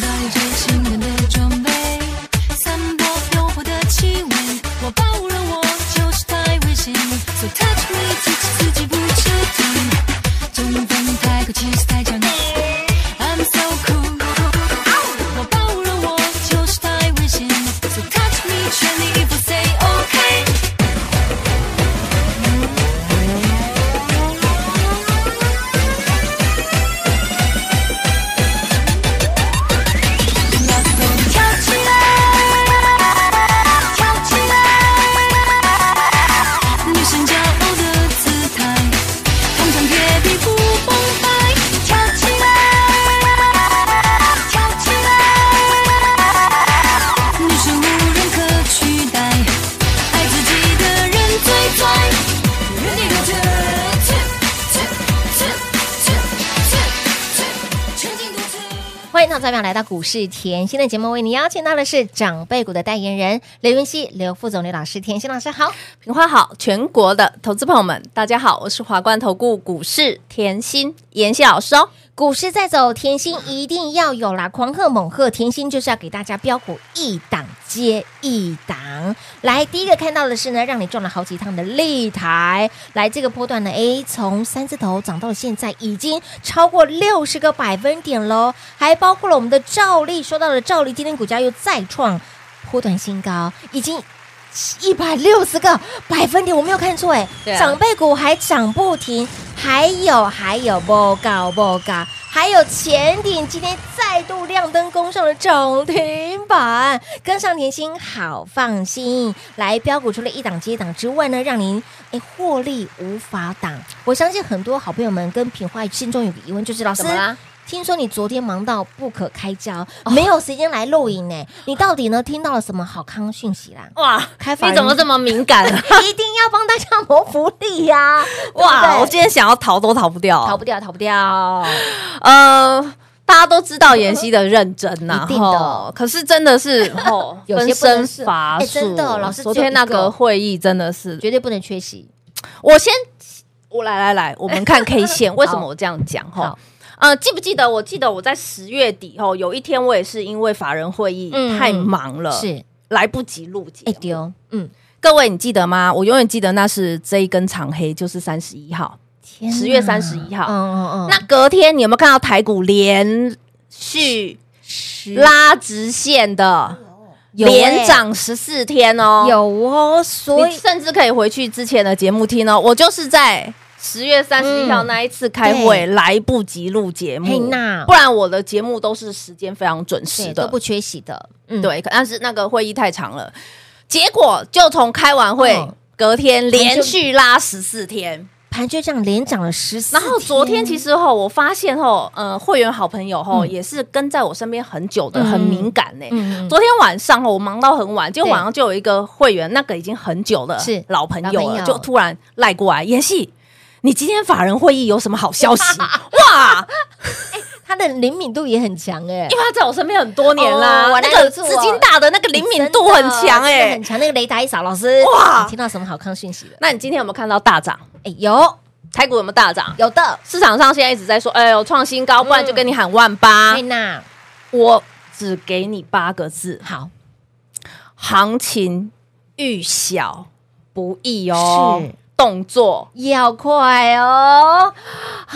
带着性感的装备，散播诱惑的气味。我包容我就是太危险，So touch me，提起自己不彻底，中锋太过气势太强，I'm so cool。我包容我就是太危险，So touch me，全力以赴 say OK。跳起来，跳起来！女生骄傲的姿态，通常也并不崩败。跳起来，跳起来！女生无人可取代，爱自己的人最拽。欢迎投资朋友来到股市甜心的节目，为您邀请到的是长辈股的代言人刘云熙、刘副总、刘老师、甜心老师好。平花好，全国的投资朋友们，大家好，我是华冠投顾股市甜心妍希老师哦。股市在走，甜心一定要有啦！狂贺猛贺，甜心就是要给大家标股一档接一档。来，第一个看到的是呢，让你赚了好几趟的立台。来，这个波段呢，诶，从三字头涨到了现在，已经超过六十个百分点喽，还包括了我们的照例，说到了照例，今天股价又再创波段新高，已经。一百六十个百分点，我没有看错哎、对啊长辈股还涨不停，还有还有不高不高，还有前顶今天再度亮灯攻上了涨停板，跟上甜心好放心。来标股除了一档接一档之外呢，让您哎获利无法挡。我相信很多好朋友们跟品化心中有个疑问，就是老师怎么哦啦听说你昨天忙到不可开交，没有时间来录影呢。你到底呢听到了什么好康讯息啦？哇，开法人你怎么这么敏感 啊？一定要帮大家谋福利呀、 哇，对我不对今天想要逃都逃不掉哦，逃不掉，逃不掉。呃，大家都知道妍希的认真呐、 一定的吼可是真的是吼， 有些分不能身是乏哎术。啊真的老师昨只有天一那个个会议真的是，绝对不能缺席。我先，我来来来，我们看 K 线，为什么我这样讲好哈？呃，记不记得？我记得我在十月底后有一天，我也是因为法人会议嗯太忙了，是，来不及录节哎目。丢，嗯，各位，你记得吗？我永远记得那是这一根长黑，就是三十一号，天哪十月三十一嗯号。嗯嗯，那隔天你有没有看到台股连续十拉直线的，有欸连涨十四天哦？，有哦，所你以甚至可以回去之前的节目听哦。我就是在十月三十一号嗯那一次开会，来不及录节嘿目那，不然我的节目都是时间非常准时对的都，不缺席的，嗯，对，可但是那个会议太长了，结果就从开完会、嗯隔天连续拉十四天。盘就这样连涨了十四。然后昨天其实吼，我发现吼，呃，会员好朋友吼、嗯也是跟在我身边很久的，嗯很敏感呢、嗯，嗯昨天晚上哦，我忙到很晚，结果对晚上就有一个会员，那个已经很久的是老朋老友朋了，友就突然赖过来，妍希，你今天法人会议有什么好 消息？哇，他的灵敏度也很强哎因，为他在我身边很多年啦，哦我来那个得住哦资金大的那个灵敏度很强真的哎、很强。那个雷达一扫，老师哇你听到什么好康讯息了？那你今天有没有看到大涨？哎，有台股有没有大涨？有的，市场上现在一直在说，哎呦创新高，不然就跟你喊万八。哎那我只给你八个字：好行情遇小不易哦是。动作，要快哦！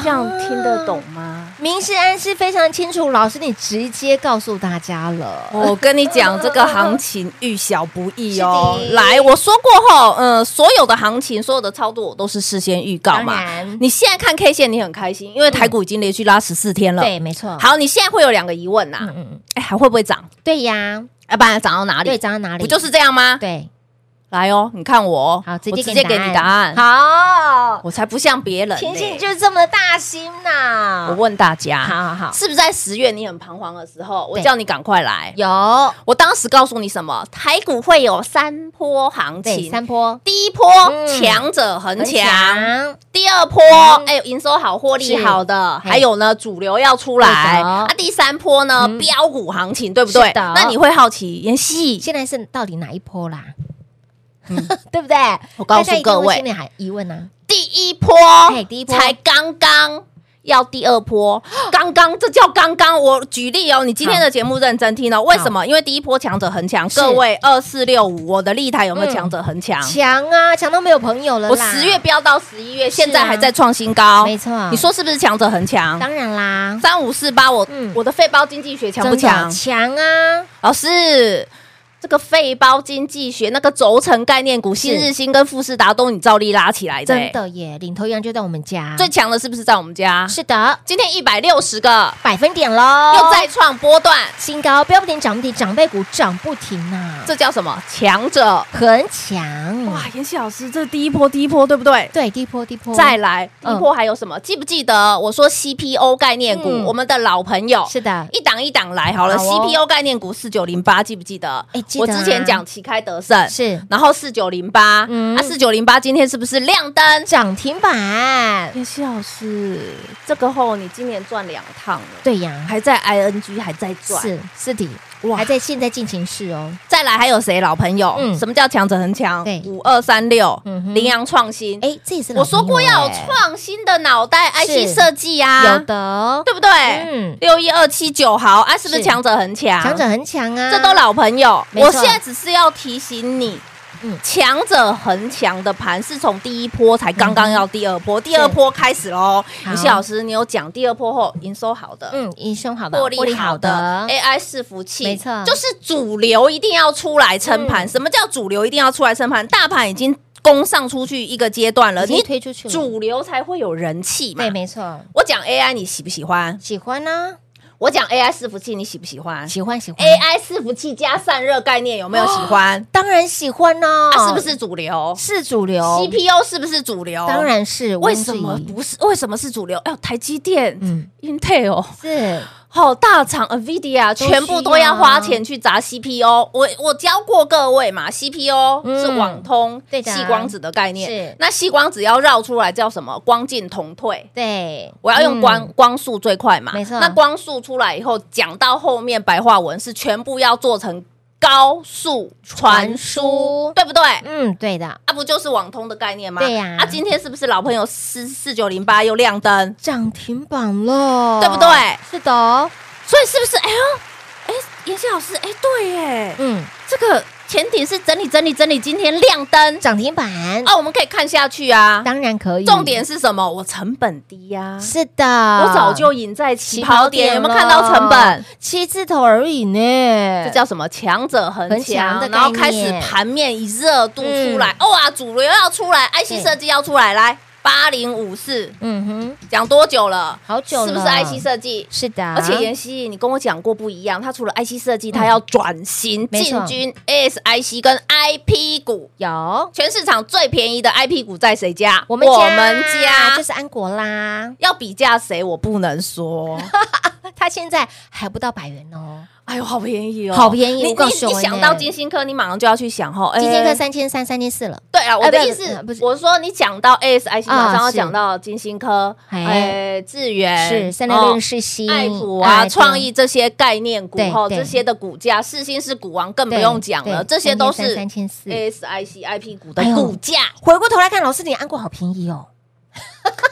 这样听得懂 吗？明示暗示非常清楚，老师你直接告诉大家了。哦我跟你讲，这个行情遇小不易哦是。的来，我说过后，嗯、所有的行情、所有的操作，我都是事先预告当嘛然。你现在看 K 线，你很开心，因为台股已经连续拉十四天了。对，，没错。，好，你现在会有两个疑问呐、嗯嗯，嗯哎、还会不会涨？对呀，要不然涨到哪里？对，涨到哪里？不就是这样吗？对，来哦，你看我哦，好，直我接直接给你答案。好，我才不像别人、甜心欸。就是这么的大心呐。我问大家，好好好是不是在十月你很彷徨的时候，我对叫你赶快来？有我当时告诉你什么？台股会有三波行对情，三波第一波嗯强者恒很强，强第二波嗯哎营收好、获利是好的，嘿还有呢主流要出来对的啊。第三波呢嗯标股行情，对不对是？的那你会好奇妍希？现在是到底哪一波啦？ 对不对？嗯我告诉大家一定各会位心里还疑问啊呢。第一波嘿第一波才刚刚。要第二 波，刚刚这叫刚刚。我举例哦，你今天的节目认真听哦。为什么？因为第一波强者恒强，是各位二四六五，我的立台有没嗯有强者恒强？强啊，强都没有朋友了啦。我十月飙到十一月，是啊现在还在创新高，没错你说是不是强者很强？当然啦，三五四八，我嗯我的肺包经济学强不真的强？强啊！老师，这个肺包经济学那个轴承概念股，新日新跟富士达都你照例拉起来的，真欸的耶，领头羊就在我们家。最强的是不是在我们家？是的，今天一百六十个百分点喽，又再创波段，新高，标不停涨不停，长辈股涨不停呐、这叫什么？强者！很强哇，妍希老师，这是第一波，第一波对不对？对，低波低波再来，第嗯一波还有什么？记不记得我说 CPO 概念股嗯，我们的老朋友是的，一档一档来好了。好哦 CPU 概念股四九零八，记不记得？哎记得我啊之前讲旗开得胜，是然后四九零八，嗯啊，四九零八今天是不是亮灯？涨停板，妍希老师，这个后你今年赚两趟了，对呀，还在 ING 还在赚，是是的，哇还在现在进行式哦，再来还有谁老朋友？嗯什么叫强者恒强对？五二三六嗯，哼羚羊创新，哎，这也是老我说过朋友要有哎创新的脑袋是，IC 设计啊，有的哦，对不对？嗯六一二七九豪啊，是不是是强者很强？强者很强啊，这都老朋友，没错我现在只是要提醒你嗯。强者恒强的盘是从第一波才刚刚要第二波，第二嗯是波开始喽。好于西老师，你有讲第二波后营收好的，嗯，营收好的，获利好的哎， AI 伺服器，没错嗯就是主流一定要出来撑盘。什么叫主流一定要出来撑盘？大盘已经攻上出去一个阶段了，已经你推出去了主流才会有人气嘛对，。没错，我讲 AI 你喜不喜欢？喜欢呢，我讲 AI 伺服器你喜不喜欢喜欢喜欢嗯？AI 伺服器加散热概念有没有喜欢？当然喜欢呢，它是不是主流啊是哦主流？CPU 是不是主流？哦当，然是，为毋庸什置么疑不是？为什么是主流？哎呦，台积电、嗯 Intel，是好哦大厂，NVIDIA 需要全部都要花钱去啊砸 CPU。我我教过各位嘛，CPU 嗯是网通对的啊细光子的概念是，那细光子要绕出来叫什么？光进同退。对，我要用光、嗯光速最快嘛，没错那光速出来以后，讲到后面白话文是全部要做成高速传传输，输对不对？嗯，对的，啊，不就是网通的概念吗？对呀啊，今天是不是老朋友四四九零八又亮灯？涨停板了，对不对？是的哦，所以是不是？哎呦，哎，妍希老师，哎，对耶，嗯，这个前提是整理整理整理，今天亮灯涨停板啊，我们可以看下去啊。当然可以，重点是什么？我成本低呀、是啊的，我我早就赢在起跑点，有没有看到成本？七字头而已呢，这叫什么强者恒恒强强，的概念嗯然后开始盘面以热度出来，哇，主流要出来对，IC 设计要出来，来八零五四嗯哼，讲多久了？好久了是不是 IC 设计？是啊的，而且妍希，你跟我讲过不一样，它除了 IC 设计，它要转型嗯没错进军 ASIC 跟 IP 股，有全市场最便宜的 IP 股在谁家？我们家家就是安国啦，要比价谁，我不能 说。它现在还不到百元哦，哎呦，好便宜哦，好便宜你我告你诉你欸你想到金星科，你马上就要去想吼，哎今天课三千三、三千四了，对啊，我哎的不意是思呃不是我说你讲到 ASIC，啊马上要是讲到金星科，哎哎，智源是三六哎哦六是新爱普啊、创意这些概念股对哈，对这些的股价，世新是股王，更不用讲了，这些都是三千四。 ASIC IP 股的哎呦股价。回过头来看，老师你安国好便宜哦，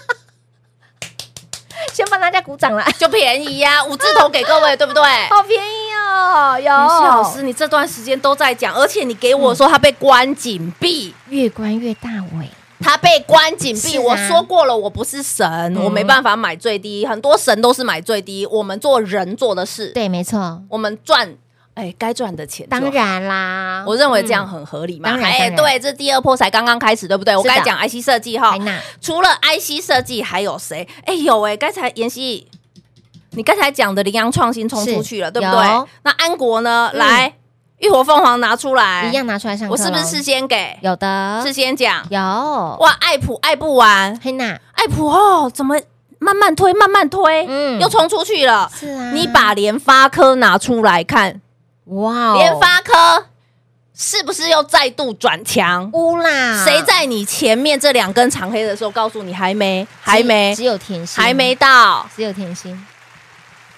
先帮大家鼓掌啦，就便宜呀、 五字头给各位，对不对？好便宜哦，有林老师，你这段时间都在讲，而且你给我说它被关紧闭，越关越大尾，它被关紧闭。是啊嗯我说过了，我不是神，我没办法买最低，很多神都是买最低。我们做人做的事，对，没错，我们赚，哎，该赚的钱就好。当然啦，我认为这样很合理嘛。当然哎，当然对，这第二波才刚刚开始，对不对？我是的哎刚才讲 IC 设计哈海，娜除了 IC 设计还有谁？哎，有哎，刚才妍希，你刚才讲的羚羊创新冲是出去了，对不有对？那安国呢？嗯来，浴火凤凰拿出来一，样拿出来上课我咯，是不是事先给？有的？事先讲。有哇，爱普爱不完，黑娜，爱普哦，怎么慢慢推，慢慢推，嗯又冲出去了。是啊，你把联发科拿出来看，哇哦联发科是不是又再度转强？乌啦，谁在你前面这两根长黑的时候告诉你还没，只还没只，有甜心，还没，到？只有甜心，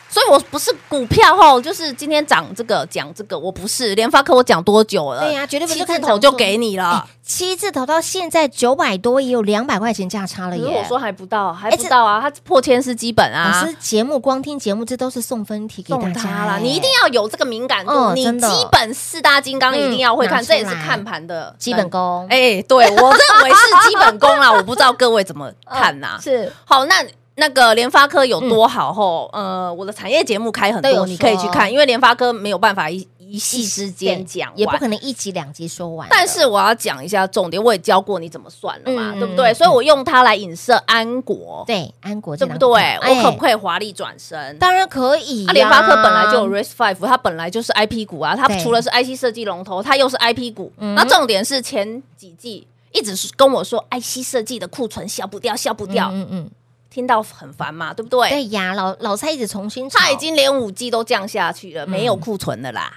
所以我不是股票后，就是今天涨这个讲这个，我不是联发科，我讲多久了？对呀绝对不是七字看头涨就做给你了。七字头到现在九百多，也有两百块钱价差了可是我耶。说还不到，还哎不这到啊，它破千是基本啊。老师节目光听节目，这都是送分题给大送家他啦，耶你一定要有这个敏感度嗯，你真的基本四大金刚一定要会嗯拿看，出这来也是看盘的基本。功，哎，对我认为是基本功啊啦，我不知道各位怎么看呐。 是好，那那个联发科有多好后，嗯呃，我的产业节目开很都有多，你可以说去看，因为联发科没有办法一一夕之间啊对啊讲也不完。可能一集两集说完的，但是我要讲一下重点，我也教过你怎么算了嘛，嗯对不嗯对？嗯所以我用它来影射安国，对安国对不对？我可不以？可以华丽转身？哎当然可以呀，啊，联发科本来就有 Race Five，它本来就是 IP 股啊，它对除了是 IC 设计龙头，它又是 IP 股。嗯那重点是前几季一直是跟我说 IC 设计的库存消不掉，消不掉，嗯嗯，听到很烦嘛，对不对？对呀，老老蔡一直重新炒，它已经连五 G 都降下去了，没有嗯库存了 啦。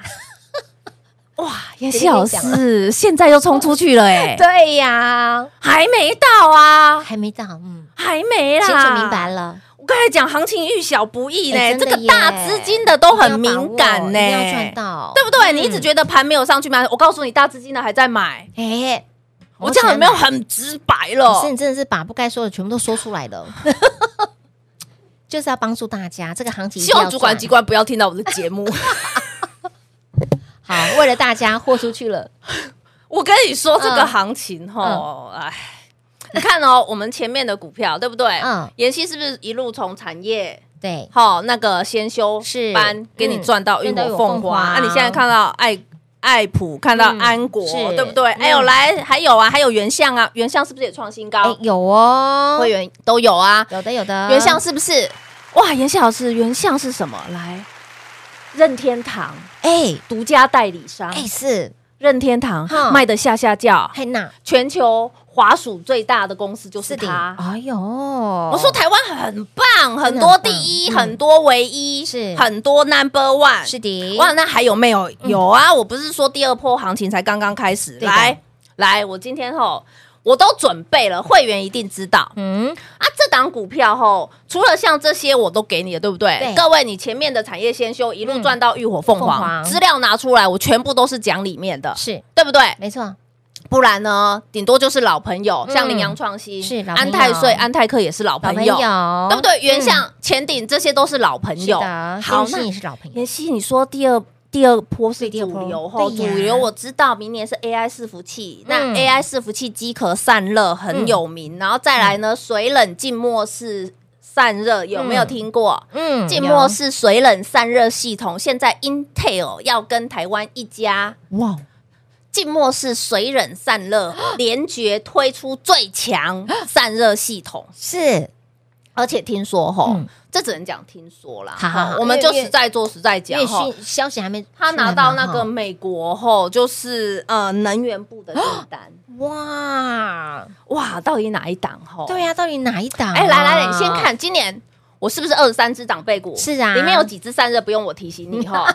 哇，妍直接希跟你老讲师现在又冲出去 了哎、对呀，还没到啊，还没到，嗯，还没啦，清楚明白。了，我刚才讲行情遇小不易呢、哎这真的个大耶资金的都很一定要把敏握感呢、一定要赚到，对不对？你一直嗯觉得盘没有上去吗？我告诉你，大资金的还在买。哎，我这样有没有想起很直白来了？可是了？你真的是把不该说的 全部都说出来了，就是要帮助大家这个行情一希定要赚。望主管机关不要听到我的节目。好，为了大家豁出去了， 我跟你说，这个嗯行情吼，哎，你看哦， 我们前面的股票对不对？嗯嗯，妍希是不是一路从产业对，吼那个先修是班给你嗯赚到浴赚到浴火火凤凤凰？啊，凰你现在看到爱。爱普看到嗯安国，是对不对？哎呦，嗯来，还有啊，还有原相啊，原相是不是也创新哎高？，有哦，会员都有啊。有的有的，原相是不是？哇，原相老师，原相是什么？来，任天堂哎独家代理商，哎是任天堂哼卖的下下叫，汉娜全球华属最大的公司就是它。哎呦，我我说台湾很棒，真很的多很棒第一，嗯很多唯一，是很多 number one。是的，哇，那还有没有？有啊，我不是说第二波行情才刚刚开始。嗯对的来来，我今天吼我都准备了，会员一定知道。嗯，啊，这档股票吼，除了像这些我都给你了，对不对？对各位，你前面的产业先修一路嗯赚到浴火凤凤凰，凰资料拿出来，我全部都是讲里面的，是对不对？没错，不然呢，顶多就是老朋友，嗯像羚羊创新、是老朋安友泰税、安泰克也是老老朋朋友，友，对不对？原相、前顶这些都是老朋嗯？是友。的，好，金那星也是老朋友，妍希，你说第二第二波是对第二主波流后，对主呀流我知道明年是 AI 伺服器，那嗯 AI 伺服器机壳散热很有名，然后再来呢，水冷静默式散热有没有嗯听过？嗯静有默式水冷散热系统，现在 Intel 要跟台湾一家哇，静默式水冷散 热联觉推出最强散热系统，是而且听说吼，嗯这只能讲听说啦，好好吼好我们就因为实在做实在因讲为吼。讯消息还没出他来嘛，拿到那个哈美国后，就是呃能源部的订单，哇，哇，到底哪一档吼？对呀，到底哪一档啊？哦哎，来来来，你先看今年我是不是二十三只长辈股？是啊里面有几只散热不用我提醒你哈，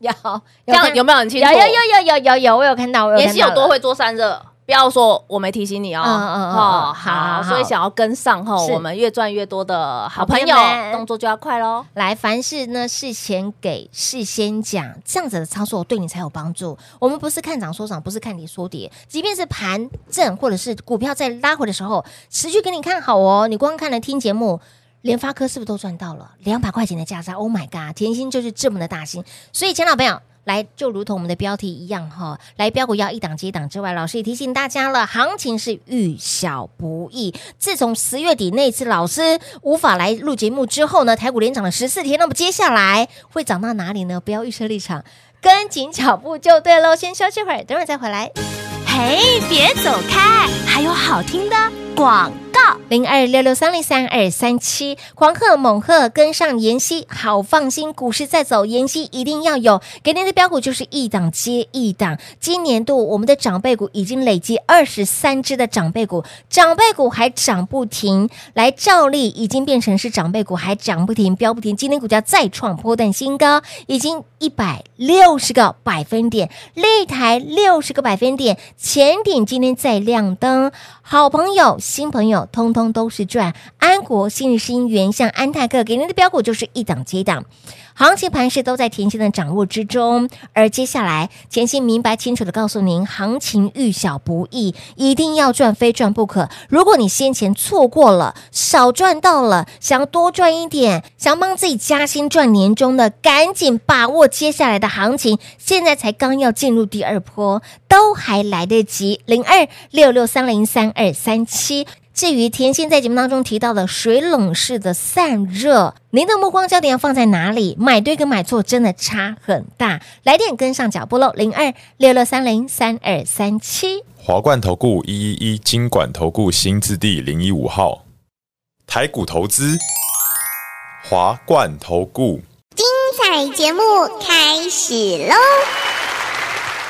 有，这有样看有没有很清有楚？有有有有有有，我有看到，我有妍看希到有多了会做散热，不要说我没提醒你哦。嗯嗯嗯嗯哦，好好，所以想要跟上哈，是我们越赚越多的好朋友好朋友，们动作就要快喽。来，凡事呢事前给，事先讲，这样子的操作对你才有帮助。我们不是看涨说涨，不是看跌说跌，即便是盘正或者是股票在拉回的时候，持续给你看好哦。你光看了听节目。联发科是不是都赚到了两百块钱的价差？Oh my god！甜心就是这么的大心，所以，钱老朋友，来，就如同我们的标题一样哈，来标股要一档接一档之外，老师也提醒大家了，行情是遇小不易。自从十月底那次老师无法来录节目之后呢，台股连涨了十四天，那么接下来会涨到哪里呢？不要预设立场，跟紧脚步就对喽。先休息会儿，等会儿再回来。嘿，别走开，还有好听的广告。零二六六三零三二三七，狂贺猛贺，跟上妍希，好放心。股市在走，妍希一定要有。给您的标股就是一档接一档。今年度我们的长辈股已经累积二十三只的长辈股，长辈股还涨不停。来，照例已经变成是长辈股，还涨不停，飙不停。今天股价再创波段新高，已经一百六十个百分点，擂台六十个百分点，前顶今天再亮灯。好朋友、新朋友，通通都是赚。安国、新日新、元像、安泰克给您的标股就是一档接一档，行情盘势都在甜心的掌握之中。而接下来，甜心明白清楚的告诉您，行情遇小不易，一定要赚，非赚不可。如果你先前错过了，少赚到了，想要多赚一点，想帮自己加薪赚年终的，赶紧把握接下来的行情。现在才刚要进入第二波，都还来得及。零二六六三零三二三七。至于甜心在节目当中提到的水冷式的散热，您的目光焦点要放在哪里？买对跟买错真的差很大，来电跟上脚步喽，零二六六三零三二三七。华冠投顾一一一金管投顾新字第零一五号，台股投资，华冠投顾。彩节目开始喽！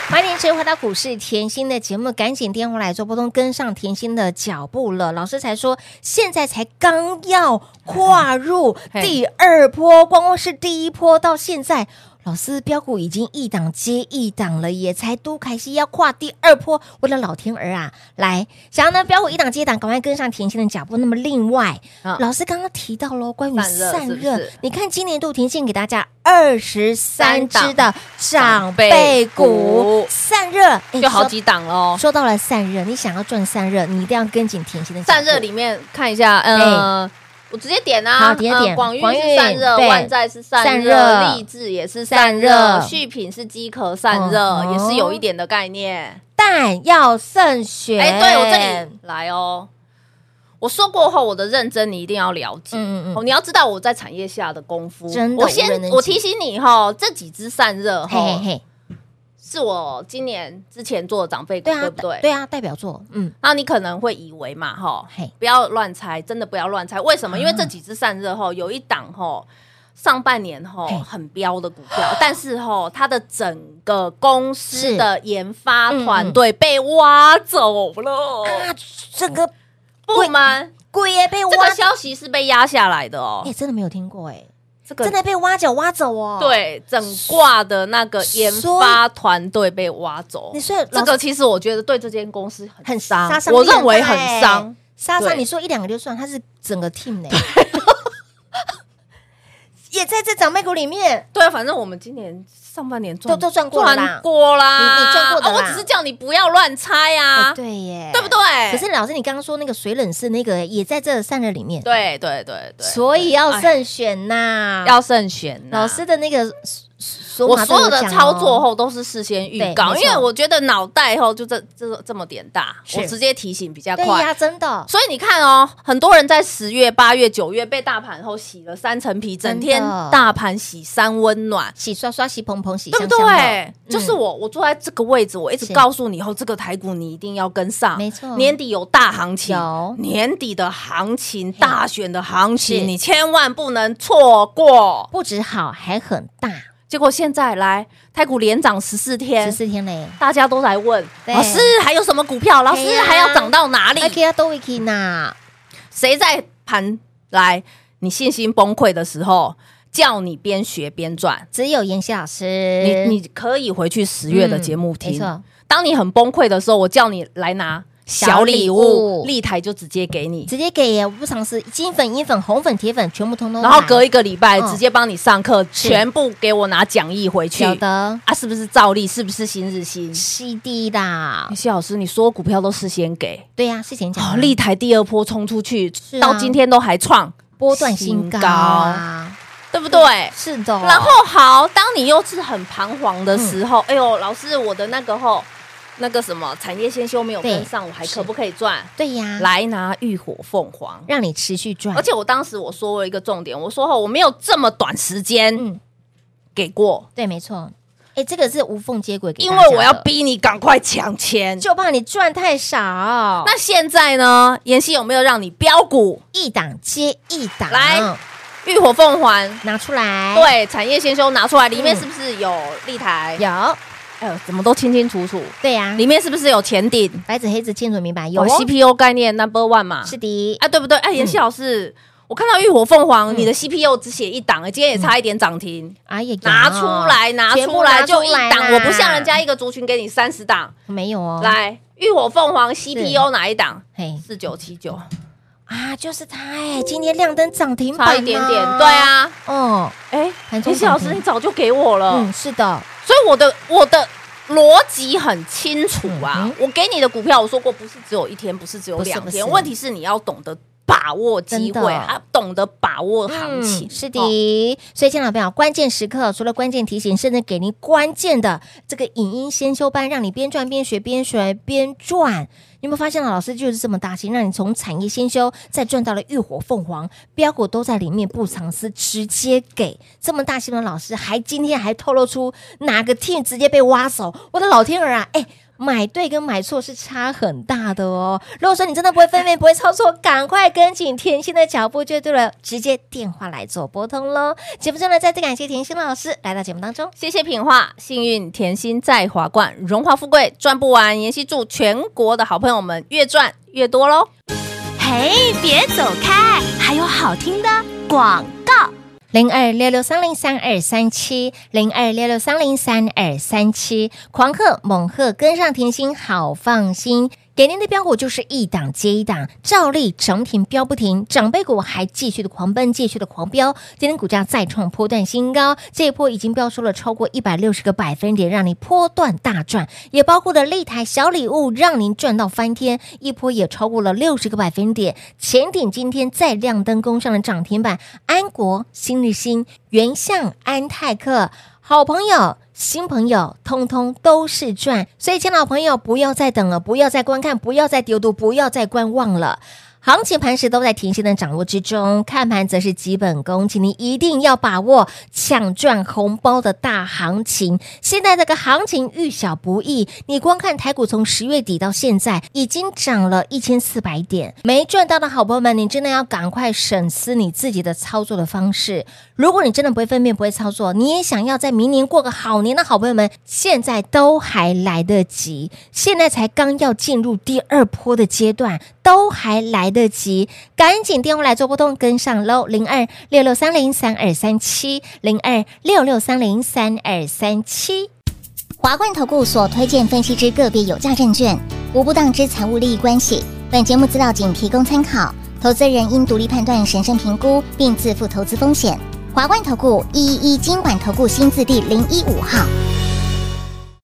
欢迎持续回到股市甜心的节目，赶紧电话来做拨通，跟上甜心的脚步了。老师才说，现在才刚要跨入嘿第二波，光光是第一波到现在，老师标股已经一档接一档了，也才都开始要跨第二波。我的老天儿啊，来，想要呢标股一档接一档，赶快跟上甜心的脚步。那么另外，啊老师刚刚提到喽，关于散热散是不热，是你看今年度甜心给大家二十三三档只的长辈辈股股散热，诶就好几档喽说。说到了散热，你想要赚散热，你一定要跟紧甜心的脚步散热里。面看一下，嗯，我直接点啊，好直接点呃广域广是域散热，对万载是散散热热，励志也是散散热热，续品是机壳散热嗯，也是有一点的概念。但要慎选。哎，对我这里来哦。我说过后，我的认真你一定要了解，嗯嗯嗯哦，你要知道我在产业下的功夫。真的无我人能先及我提醒你哈，这几支散热嘿嘿哈，嘿，是我今年之前做的长辈股，对啊，对不对？对啊，代表作，嗯，然后你可能会以为嘛，哈嘿，不要乱猜，真的不要乱猜。为嗯什么？因为这几只散热吼，有一档吼，上半年吼嘿很标的股票，但是吼它的整个公司的研发团队被挖走了，啊，这个不吗？鬼也被挖这，个消息是被压下来的哦哎，，真的没有听过哎，这个真的被挖角挖走哦。，对整挂的那个研发团队被挖走你。说这老个其实我觉得对这间公司很很伤杀，伤我力很认为大很哎伤。莎莎，对你说一两个就算，他是整个 team 呢， 也在这长辈股里面。对啊，反正我们今年上半年赚都都赚过了啦赚过啦，你你赚过的啦啊我只是叫你不要乱猜啊，哎对耶，对不？对？可是老师，你刚刚说那个水冷式那个也在这散热里面，对对对对，所以要哎慎选呐。要慎选呐老师。的那个索我马都所有的讲哦操作后都是事先预告，对没错因为我觉得脑袋后就这这这么点大，是我直接提醒比较对快。呀，真的所以你看哦，很多人在十月、八月、九月被大盘后洗了三层皮，整天真的大盘洗三温暖，洗刷刷、洗蓬蓬、洗对香不香对的？就是嗯我，我坐在这个位置，我一直是告诉你，以后这个台股你一定要跟上。没错年底有大行情有，年底的行情，大选的行是情，你千万不能错过。不止好，还很大，结果现在来台股连涨十四十天，四天嘞。大家都来问对老师还有什么股票，老对师呀还要涨到哪里还？可以多维基呢，谁在盘来你信心崩溃的时候，叫你边学边赚？只有妍希老师，你你可以回去十月的节目嗯没听。错当你很崩溃的时候，我叫你来拿小礼小礼物物，立台就直接给你。直接给耶，我不尝试金粉、银粉、红粉、铁粉，全部通通来。然后隔一个礼拜嗯直接帮你上课，是全部给我拿讲义回去。有的啊，是不是照例？是不是新日新？哎 CD 啦谢老师，你说股票都事先给，哦对呀、事前讲好，啊立台第二波冲出去是啊，到今天都还创波段新高啊，对不对？是的哦，然后好，当你又是很彷徨的时嗯候，哎呦，老师，我的那个吼，那个什么产业先修没有对跟上，我还是嗯可不可以赚？对呀，来拿浴火凤凰。让你持续赚，而且我当时我说了一个重点，我说哦吼，我没有这么短时间嗯，给过，对，没错，哎，这个是无缝接轨给因大家的，为我要逼你赶快抢钱。就怕你赚太少，那那现在呢？妍希有没有让你标股一档接一档，来浴火凤凰？拿出来，，对，产业先修拿出来，里面哎嗯是不是有立台？有，哎呦，怎么都清清楚楚。对呀，里面是不是有前顶？白纸黑字清楚明白，有有哦 CPU 概念 number one 嘛？是嗯的，啊，对不对？哎，妍希老师，我看到浴火凤嗯凰，你的 CPU 只写一档，哎今天也差一点涨停。哎呀，拿出来，拿全出部来拿出就来一啦档，我不像人家一个族群给你三十档。没有哦，，嗯来，浴火凤凰 CPU 哪一档？嘿四九七九，啊，就是它哎，今天亮灯涨停板差啊一点点。对，啊，哦，哎，盘中妍希老涨师，停你早就给我了。嗯，是的，所以我的我的逻辑很清楚啊。嗯我给你的股票，我说过不是只有一天，不是只有不是两天，不是问题是你要懂得把握机真的会，还懂得把握行情。嗯是哦的，所以，亲爱的朋友，关键时刻除了关键提醒，甚至给您关键的这个影音先修班，让你边赚边学，边学边赚。你有没有发现啊？老师就是这么大心，让你从产业先修，再赚到了浴火凤凰，标股都在里面，不藏私，直接给这么大心的老师，还今天还透露出哪个 team 直接被挖走，我的老天儿啊！哎。买对跟买错是差很大的哦。如果说你真的不会分辨、不会操作，赶快跟紧甜心的脚步就对了，直接电话来做拨通喽。节目中呢，再次感谢甜心老师来到节目当中。谢谢品画，幸运甜心在华冠，荣华富贵赚不完。妍希祝全国的好朋友们越赚越多喽！嘿，别走开，还有好听的广告。零二六六三零三二三七，零二六六三零三二三七，狂贺猛贺，跟上甜心好放心。给您的标股就是一档接一档，照例涨停飙不停，长辈股还继续的狂奔，继续的狂飙。今天股价再创波段新高，这一波已经飙出了超过一百六十个百分点，让你波段大赚，也包括了擂台小礼物，让您赚到翻天，一波也超过了六十个百分点。前顶今天再亮灯攻上了涨停板，安国、新日新、原相、安泰克，好朋友。新朋友通通都是赚，所以，亲老朋友，不要再等了，不要再观看，不要再丢毒，不要再观望了。行情盘势都在甜心的掌握之中，看盘则是基本功，请您一定要把握抢赚红包的大行情。现在这个行情遇小不易，你光看台股从十月底到现在已经涨了一千四百点，没赚到的好朋友们，你真的要赶快审思你自己的操作的方式。如果你真的不会分辨、不会操作，你也想要在明年过个好年的好朋友们，现在都还来得及，现在才刚要进入第二波的阶段，都还来得及，赶紧电话来做波动，跟上喽，零二六六三零三二三七，零二六六三零三二三七。华冠投顾所推荐分析之个别有价证券，无不当之财务利益关系。本节目资料仅提供参考，投资人应独立判断、审慎评估，并自负投资风险。华冠投顾一一一金管投顾新字第零一五号。